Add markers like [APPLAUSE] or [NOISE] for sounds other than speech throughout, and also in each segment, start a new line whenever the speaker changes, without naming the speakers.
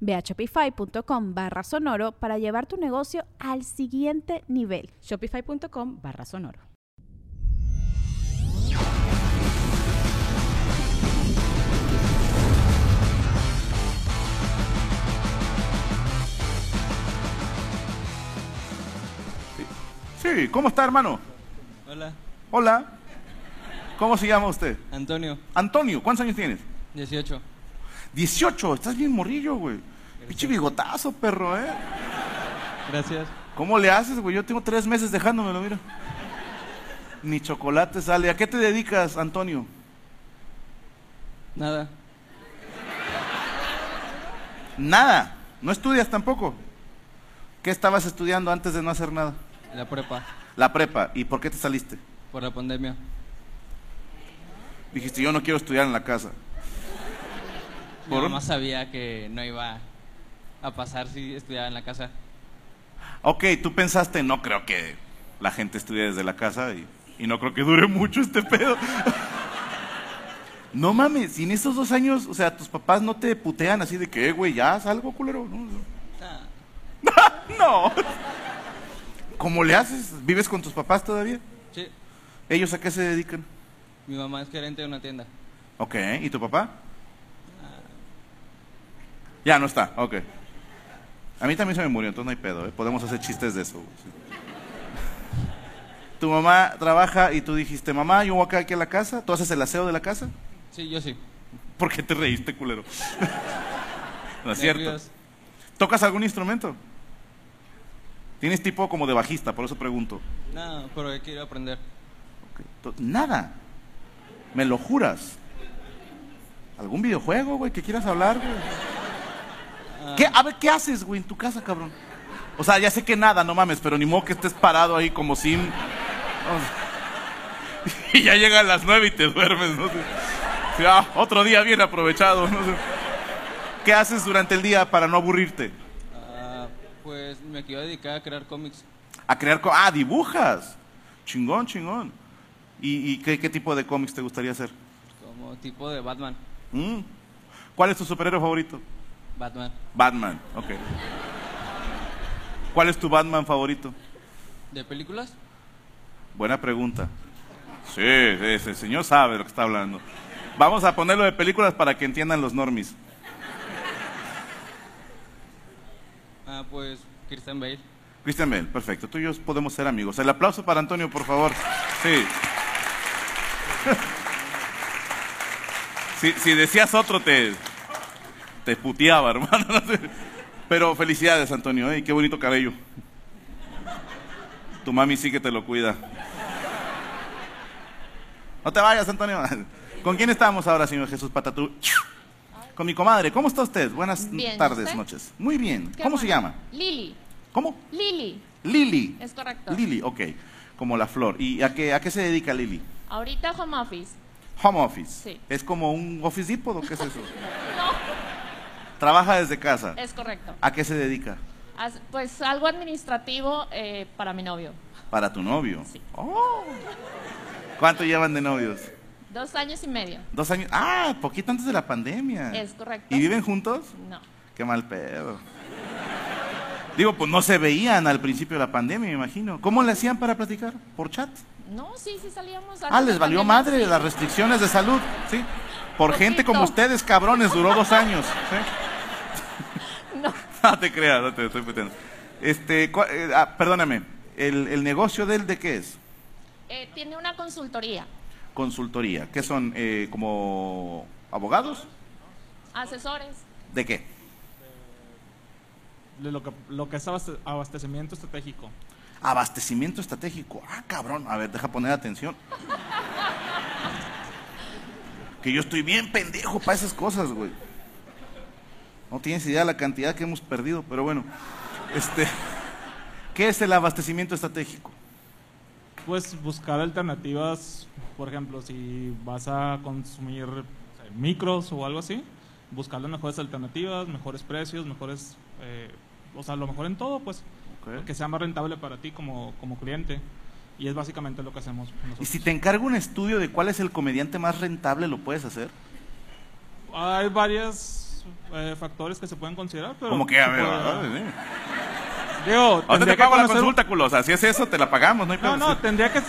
Ve a shopify.com barra sonoro para llevar tu negocio al siguiente nivel.
Shopify.com barra sonoro.
Sí, ¿cómo está hermano?
Hola,
Hola. ¿Cómo se llama usted?
Antonio,
Antonio, ¿cuántos años tienes?
18.
18, estás bien morrillo, güey. Pinche bigotazo, perro, ¿eh?
Gracias.
¿Cómo le haces, güey? Yo tengo tres meses dejándomelo, mira. Ni chocolate sale. ¿A qué te dedicas, Antonio?
Nada.
Nada. No estudias tampoco. ¿Qué estabas estudiando antes de no hacer nada?
La prepa,
La prepa. ¿Y por qué te saliste?
por la pandemia.
Dijiste, yo no quiero estudiar en la casa.
Mi
¿Por?
mamá sabía que no iba a pasar si estudiaba en la casa.
Ok, tú pensaste, no creo que la gente estudie desde la casa y, y no creo que dure mucho este pedo. No mames, y en estos dos años, o sea, tus papás no te putean así de que, "Eh, güey, ya salgo, culero. No,
Ah,
no. ¿Cómo le haces? ¿Vives con tus papás todavía?
sí,
¿Ellos a qué se dedican?
mi mamá es gerente de una tienda.
Ok, ¿y tu papá? Ya no está, ok. A mí también se me murió, entonces no hay pedo, ¿eh? podemos hacer chistes de eso. güey, sí. Tu mamá trabaja y tú dijiste, mamá, yo voy acá aquí a la casa, tú haces el aseo de la casa.
Sí, yo sí.
¿Por qué te reíste, culero? no es cierto.
Nervios.
¿Tocas algún instrumento? Tienes tipo como de bajista, por eso pregunto.
No, pero yo quiero aprender.
To- Nada. Me lo juras. ¿Algún videojuego, güey, que quieras hablar, güey? ¿Qué? A ver, ¿qué haces, güey, en tu casa, cabrón? O sea, ya sé que nada, no mames, pero ni modo que estés parado ahí como sim. [LAUGHS] O sea, Y ya llegan las nueve y te duermes, ¿no? Sí, ah, otro día bien aprovechado, ¿no? sé. ¿Qué haces durante el día para no aburrirte?
Ah, pues me quiero dedicar a crear cómics.
A crear... co- Ah, dibujas. Chingón, chingón. ¿Y, y qué, qué tipo de cómics te gustaría hacer?
Como tipo de Batman.
Mm. ¿Cuál es tu superhéroe favorito?
Batman.
Batman, ok. ¿Cuál es tu Batman favorito?
¿De películas?
Buena pregunta. Sí, ese señor sabe de lo que está hablando. Vamos a ponerlo de películas para que entiendan los normis.
Ah, pues Christian Bale.
Christian Bell, perfecto. Tú y yo podemos ser amigos. El aplauso para Antonio, por favor. Sí. [LAUGHS] Si, si decías otro, te, te puteaba, hermano. [LAUGHS] No sé. Pero felicidades, Antonio. ¿eh? Y qué bonito cabello. Tu mami sí que te lo cuida. No te vayas, Antonio. [LAUGHS] ¿Con quién estamos ahora, señor Jesús Patatú? Con mi comadre. ¿Cómo está usted? Buenas
Bien, ¿y
tardes,
usted?
noches. Muy bien.
Qué
¿Cómo se
bueno.
llama?
Lili.
¿Cómo?
Lili.
Lili.
Es correcto.
Lili, ok. Como la flor. ¿Y a qué, a qué se dedica Lili?
Ahorita home office.
Home office.
Sí.
¿Es como un office depot o qué es
[LAUGHS]
eso? no. Trabaja desde casa.
Es correcto.
¿A qué se dedica?
As- pues algo administrativo eh, para mi novio.
Para tu novio.
Sí.
Oh. ¿Cuánto llevan de novios?
Dos años y medio.
Dos años. Ah, poquito antes de la pandemia.
Es correcto.
¿Y viven juntos?
No.
Qué mal pedo. Digo, pues no se veían al principio de la pandemia, me imagino. ¿Cómo le hacían para platicar? ¿Por chat?
No, sí, sí salíamos.
Ah, les valió madre las restricciones de salud, ¿sí? Por gente como
Poquito.
ustedes, cabrones, duró dos años, ¿sí? [LAUGHS]
[LAUGHS] No.
No te creas, no te estoy puteando. Este, cua- eh, ah, perdóname, ¿el, el negocio de él de qué es?
Eh, tiene una consultoría,
Consultoría. ¿Qué son? eh, ¿Como abogados?
asesores,
¿De qué?
de lo que, lo que es abaste- abastecimiento estratégico.
Abastecimiento estratégico. Ah, cabrón. A ver, deja poner atención. Que yo estoy bien pendejo para esas cosas, güey. No tienes idea la cantidad que hemos perdido, pero bueno. Este, ¿Qué es el abastecimiento estratégico?
Pues buscar alternativas, por ejemplo, si vas a consumir no sé, micros o algo así, buscar las mejores alternativas, mejores precios, mejores, eh, o sea, lo mejor en todo, pues,
Ok.
que sea más rentable para ti como, como cliente. Y es básicamente lo que hacemos
Y
nosotros.
si te encargo un estudio de cuál es el comediante más rentable, ¿lo puedes hacer?
Hay varios eh, factores que se pueden considerar, pero...
Como que, a
se
ver, eh.
puede-
¿verdad?
Digo, tendría que conocer-
culo. O sea, si es eso, te la pagamos, hay
No,
pedo.
no, tendría que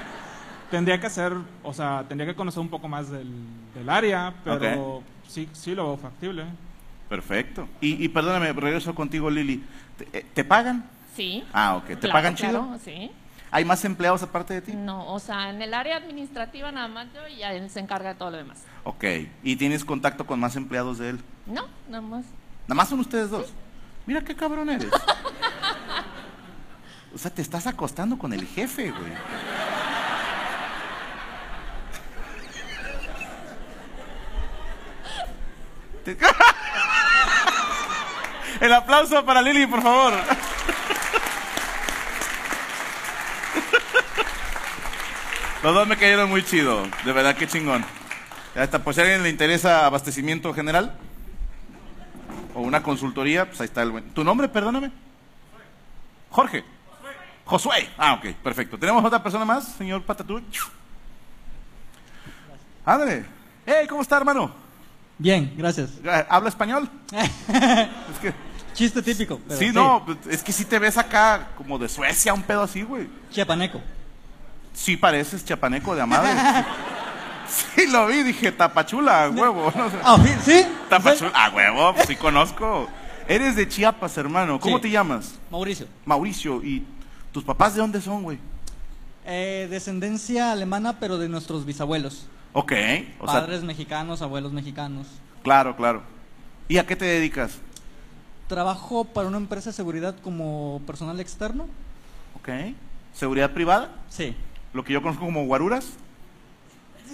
[LAUGHS] tendría que hacer, o sea, tendría que conocer un poco más del, del área, pero sí, sí lo veo factible.
Perfecto. Y, y perdóname, regreso contigo, Lili. ¿Te, eh, te pagan?
sí.
Ah, ok. ¿Te
Claro,
pagan chido?
claro, sí.
¿Hay más empleados aparte de ti?
No, o sea, en el área administrativa nada más yo y él se encarga de todo lo demás.
Ok. ¿Y tienes contacto con más empleados de él?
No, nada más.
Nada más son ustedes dos. Mira qué cabrón eres. O sea, te estás acostando con el jefe, güey. Te- [LAUGHS] El aplauso para Lili, por favor. Los dos me cayeron muy chido. De verdad, qué chingón. Hasta por si a alguien le interesa abastecimiento general o una consultoría, pues ahí está el buen. ¿Tu nombre, perdóname? Jorge. Josué. Ah, ok, perfecto. ¿Tenemos otra persona más, señor Patatú? Ándale. Hey, ¿cómo está, hermano?
Bien, gracias.
Ah,
[LAUGHS]
¿Habla español? es que,
Chiste típico. pero
sí, no, pues, es que si te ves acá como de Suecia, un pedo así, güey.
Chiapaneco.
Sí pareces chapaneco de amadre.
[LAUGHS]
sí, lo vi, dije, tapachula, a huevo.
[LAUGHS]
no sé.
Ah, ¿sí? ¿sí?
Tapachula, a huevo, pues, sí conozco. Eres de Chiapas, hermano. ¿Cómo
Sí.
te llamas?
Mauricio.
Mauricio, ¿y tus papás de dónde son, güey?
Eh, descendencia alemana, pero de nuestros bisabuelos.
Ok, o sea,
Padres mexicanos, abuelos mexicanos.
claro, claro. ¿Y a qué te dedicas?
Trabajo para una empresa de seguridad como personal externo.
Ok, ¿seguridad privada?
Sí.
Lo que yo conozco como guaruras.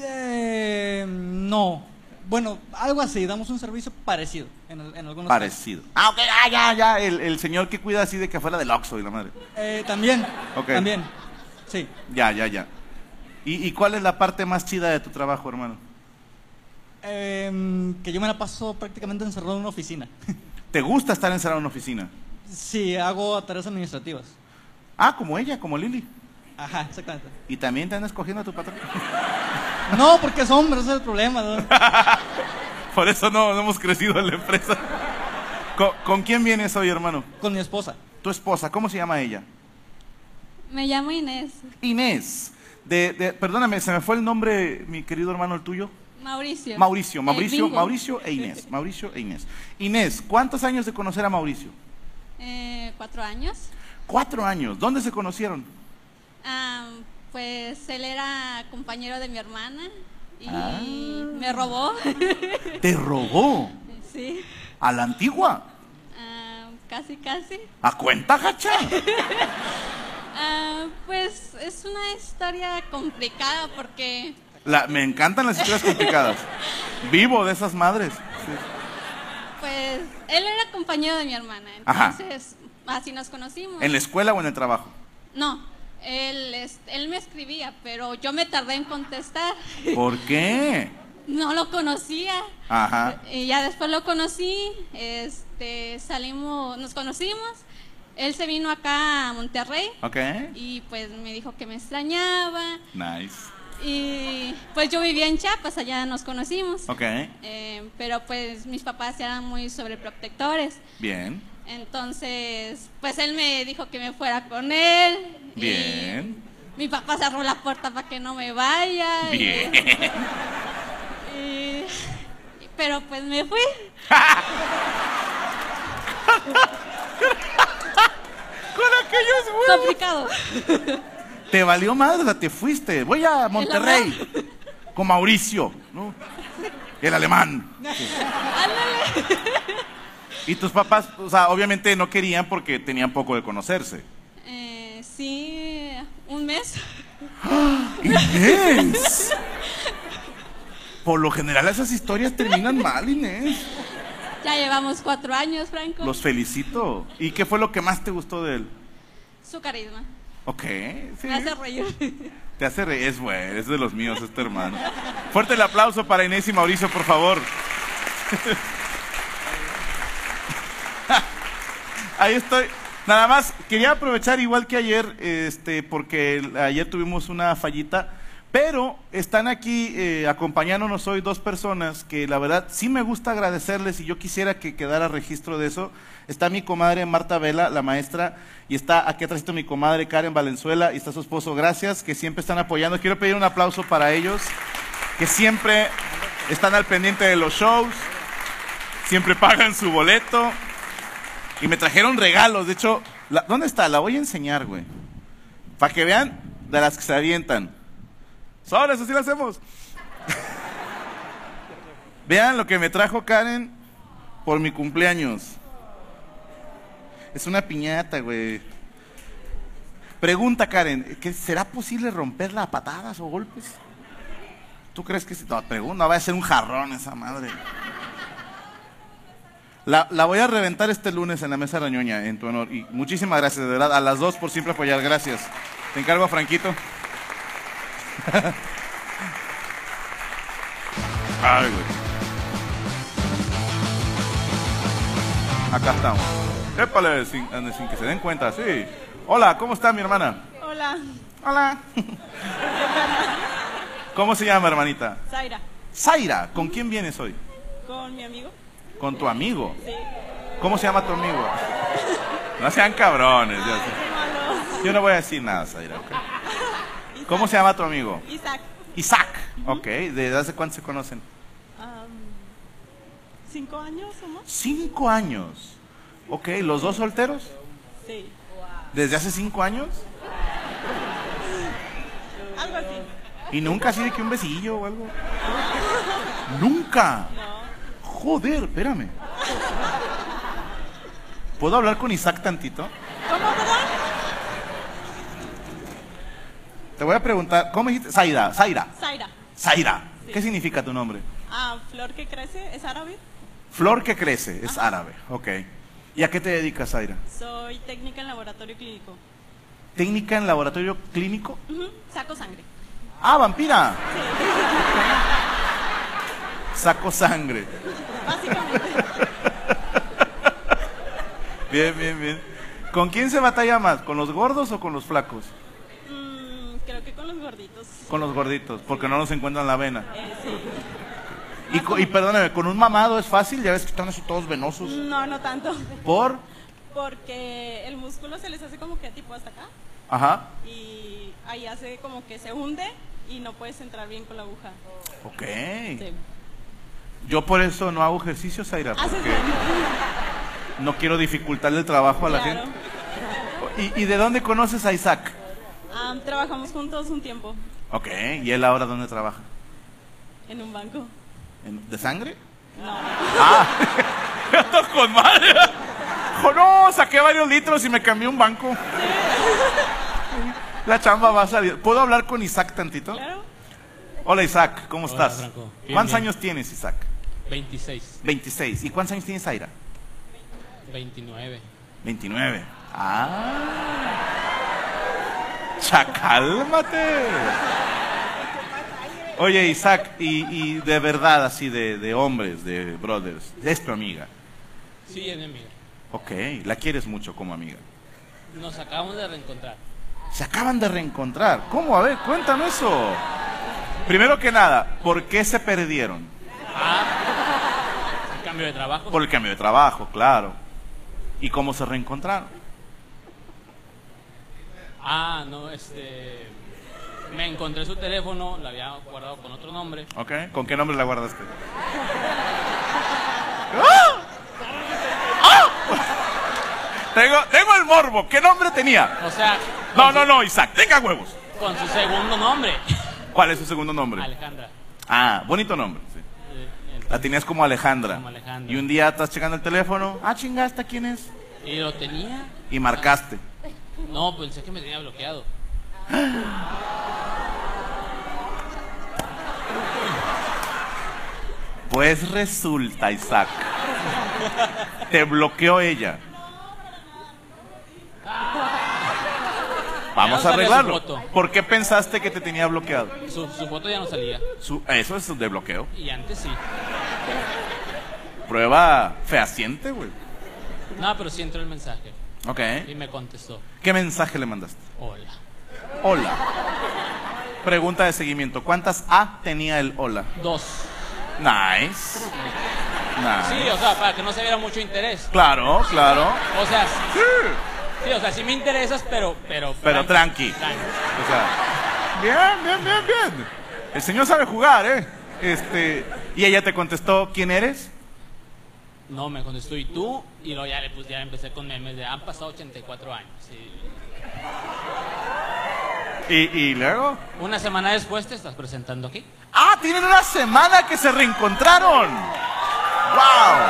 Eh, no. Bueno, algo así. Damos un servicio parecido en, al- en algunos
Parecido. Ah, ok, ah, ya, ya, el, el señor que cuida así de que afuera del Oxxo y la madre.
casos. Eh, también.
Ok.
También. Sí.
Ya, ya, ya. ¿Y, y cuál es la parte más chida de tu trabajo, hermano?
Em, que yo me la paso prácticamente encerrado en una oficina. [LAUGHS]
¿Te gusta estar encerrado en una oficina?
sí, hago tareas administrativas.
Ah, como ella, como Lili.
Ajá, exactamente.
Y también te andas cogiendo a tu patrón. [LAUGHS]
No, porque es hombre, ese es el problema. ¿no?
Por eso no, no hemos crecido en la empresa. [LAUGHS] ¿Con, ¿Con quién vienes hoy, hermano?
Con mi esposa.
Tu esposa, ¿cómo se llama ella?
Me llamo Inés.
Inés. De, de- perdóname, se me fue el nombre, mi querido hermano, el tuyo.
Mauricio.
Mauricio,
Eh,
Mauricio,
bingo.
Mauricio e Inés. Mauricio e Inés. Inés, ¿cuántos años de conocer a Mauricio?
Eh, cuatro años.
Cuatro años. ¿Dónde se conocieron?
Ah, pues él era compañero de mi hermana y
Ah.
me robó. [LAUGHS]
Te robó.
sí.
A la antigua.
Ah, casi, casi.
A cuenta, gacha.
Ah, pues es una historia complicada porque
La- me encantan las historias complicadas. Vivo de esas madres. Sí.
pues él era compañero de mi hermana.
Ajá.
Entonces así nos conocimos.
¿En la escuela o en el trabajo?
No, él, es- él me escribía, pero yo me tardé en contestar.
¿Por qué?
No lo conocía.
Ajá.
Y ya después lo conocí, este, salimos, nos conocimos. Él se vino acá a Monterrey
Ok.
y pues me dijo que me extrañaba.
Nice.
Y pues yo vivía en Chiapas, allá nos conocimos.
Ok.
Eh, pero pues mis papás eran muy sobreprotectores.
Bien.
Entonces, pues él me dijo que me fuera con él. y
Bien.
Mi papá cerró la puerta para que no me vaya. y-
Bien.
y- Eh, pero pues
[LAUGHS]
me fui.
Con aquellos
Complicado.
Te valió madre, o sea, te fuiste. Voy a Monterrey con Mauricio, ¿no? El alemán. Y tus papás, o sea, obviamente no querían porque tenían poco de conocerse.
Eh, sí, un mes.
Inés. Por lo general esas historias terminan mal, Inés.
Ya llevamos cuatro años, Franco.
Los felicito. ¿Y qué fue lo que más te gustó de él?
Su carisma.
Ok, sí.
Me hace reír. [LAUGHS]
Te hace reír. Es bueno, es de los míos este hermano. Fuerte el aplauso para Inés y Mauricio, por favor. Ahí estoy. Nada más, quería aprovechar igual que ayer, este, porque el- ayer tuvimos una fallita, pero están aquí eh, acompañándonos hoy dos personas que la verdad sí me gusta agradecerles y yo quisiera que quedara registro de eso. Está mi comadre Marta Vela, la maestra, y está aquí atrás está mi comadre Karen Valenzuela y está su esposo, gracias, que siempre están apoyando. Quiero pedir un aplauso para ellos, que siempre están al pendiente de los shows, siempre pagan su boleto. Y me trajeron regalos. De hecho, la- ¿dónde está? La voy a enseñar, güey. Para que vean de las que se avientan. Sobres, así lo hacemos. [LAUGHS] vean lo que me trajo Karen por mi cumpleaños. Es una piñata, güey. Pregunta, Karen, ¿que ¿será posible romperla a patadas o golpes? ¿Tú crees que si.? No, pregunta, va a ser un jarrón esa madre. La, la voy a reventar este lunes en la mesa Rañoña, en tu honor. Y muchísimas gracias, de verdad, a las dos por siempre apoyar. Gracias. Te encargo a Franquito. [LAUGHS] Ay, güey. Acá estamos. Épale, sin, ande, sin que se den cuenta, sí. Hola, ¿cómo está mi hermana?
Hola,
Hola. [LAUGHS] ¿Cómo se llama, hermanita?
Zaira,
Zaira, ¿con quién vienes hoy?
con mi amigo.
Con tu amigo. ¿Cómo se llama tu amigo? No sean cabrones. ya sé. Yo no voy a decir nada, Zaira. ok. ¿Cómo se llama tu amigo?
Isaac,
Isaac. Ok, ¿desde hace cuánto se conocen?
¿cinco años somos?
Cinco años. Ok, ¿los dos solteros?
Sí,
¿Desde hace cinco años?
algo así.
¿Y nunca así de que un besillo o algo? ¡Nunca! Joder, espérame. ¿Puedo hablar con Isaac tantito?
¿Cómo, perdón?
Te voy a preguntar, ¿cómo dijiste? Zaira, Zaira.
Zaira.
Zaira, ¿qué significa tu nombre?
Ah, flor que crece, ¿es árabe?
Flor que crece, es árabe, ok. ¿Y a qué te dedicas, Zaira?
Soy técnica en laboratorio clínico.
¿Técnica en laboratorio clínico?
Ujú, Saco sangre.
[LAUGHS] ¡Ah, vampira! Saco sangre.
Básicamente,
Bien, bien, bien. ¿Con quién se batalla más? ¿Con los gordos o con los flacos?
Mm, creo que con los gorditos.
Con los gorditos, porque no nos encuentran la vena. Y, co- y perdóname, ¿con un mamado es fácil? Ya ves que están así todos venosos.
No, no tanto. [LAUGHS]
¿Por?
Porque el músculo se les hace como que tipo hasta acá
Ajá.
y ahí hace como que se hunde y no puedes entrar bien con la aguja.
Ok.
Sí. Ah,
Yo por eso no hago ejercicio, Zaira,
Haces
porque
bien.
no quiero dificultarle el trabajo a la
Claro.
gente. ¿Y, y de dónde conoces a Isaac?
Am, trabajamos juntos un tiempo
Ok, ¿y él ahora dónde trabaja?
en un banco.
¿En- ¿De sangre?
No.
¡Ah! [LAUGHS] ¡Estás con madre! ¡Oh, no! Saqué varios litros y me cambié un banco. La chamba va a salir. ¿Puedo hablar con Isaac tantito?
Claro.
Hola Isaac, ¿cómo
Hola,
estás?
Franco. Bien,
¿Cuántos
bien.
años tienes, Isaac?
26,
26. ¿Y cuántos años tienes, Zaira?
29.
29. ¡Ah! ¡Chacálmate! Oye, Isaac, y, y de verdad, así de, de hombres, de brothers, es tu amiga.
Sí, enemigo.
Ok, la quieres mucho como amiga.
Nos acabamos de reencontrar.
Se acaban de reencontrar. ¿Cómo? A ver, cuéntanos eso. Primero que nada, ¿por qué se perdieron?
Ah. El cambio de trabajo.
Por el cambio de trabajo, claro. ¿Y cómo se reencontraron?
Ah, no, este. Me encontré su teléfono, lo había guardado con otro nombre.
¿Ok? ¿Con qué nombre la guardaste? ¡Ah! ¡Ah! Tengo, tengo el morbo. ¿Qué nombre tenía?
O sea,
No, no, no, Isaac, tenga huevos.
Con su segundo nombre, [LAUGHS]
¿Cuál es su segundo nombre?
Alejandra.
Ah, bonito nombre. sí.
Eh,
La
entonces-
tenías como Alejandra.
Como Alejandra.
Y un día estás checando el teléfono. Ah, chinga, ¿esta quién es?
¿Y lo tenía?
Y marcaste.
No, pensé que me tenía bloqueado.
Pues resulta, Isaac. Te bloqueó ella.
Ya no
Vamos a
sale su
arreglarlo.
foto.
¿Por qué pensaste que te tenía bloqueado?
Su, su foto ya no salía.
Su- eso es de bloqueo.
Y antes sí.
Prueba fehaciente, güey.
No, pero sí entró el mensaje.
Ok.
Y me contestó.
¿Qué mensaje le mandaste?
Hola.
Hola. Pregunta de seguimiento. ¿Cuántas A tenía el hola?
Dos.
Nice.
Sí,
Nice.
o sea, para que no se viera mucho interés.
Claro, claro.
O sea, sí, sí, o sea, sí me interesas, pero... Pero,
Pero tranqui. O sea, bien, bien, bien, bien. El señor sabe jugar, ¿eh? Este, y ella te contestó, ¿quién eres?
No, me contestó, ¿y tú? Y luego ya, le puse- ya empecé con memes de, han pasado 84 años. Y
Y, y luego...
una semana después te estás presentando aquí.
Ah, tienen una semana que se reencontraron. ¡Wow!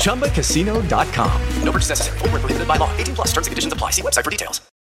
ChumbaCasino.com. No purchase necessary, forward prohibited by law, 18 plus terms and conditions apply. See website for details.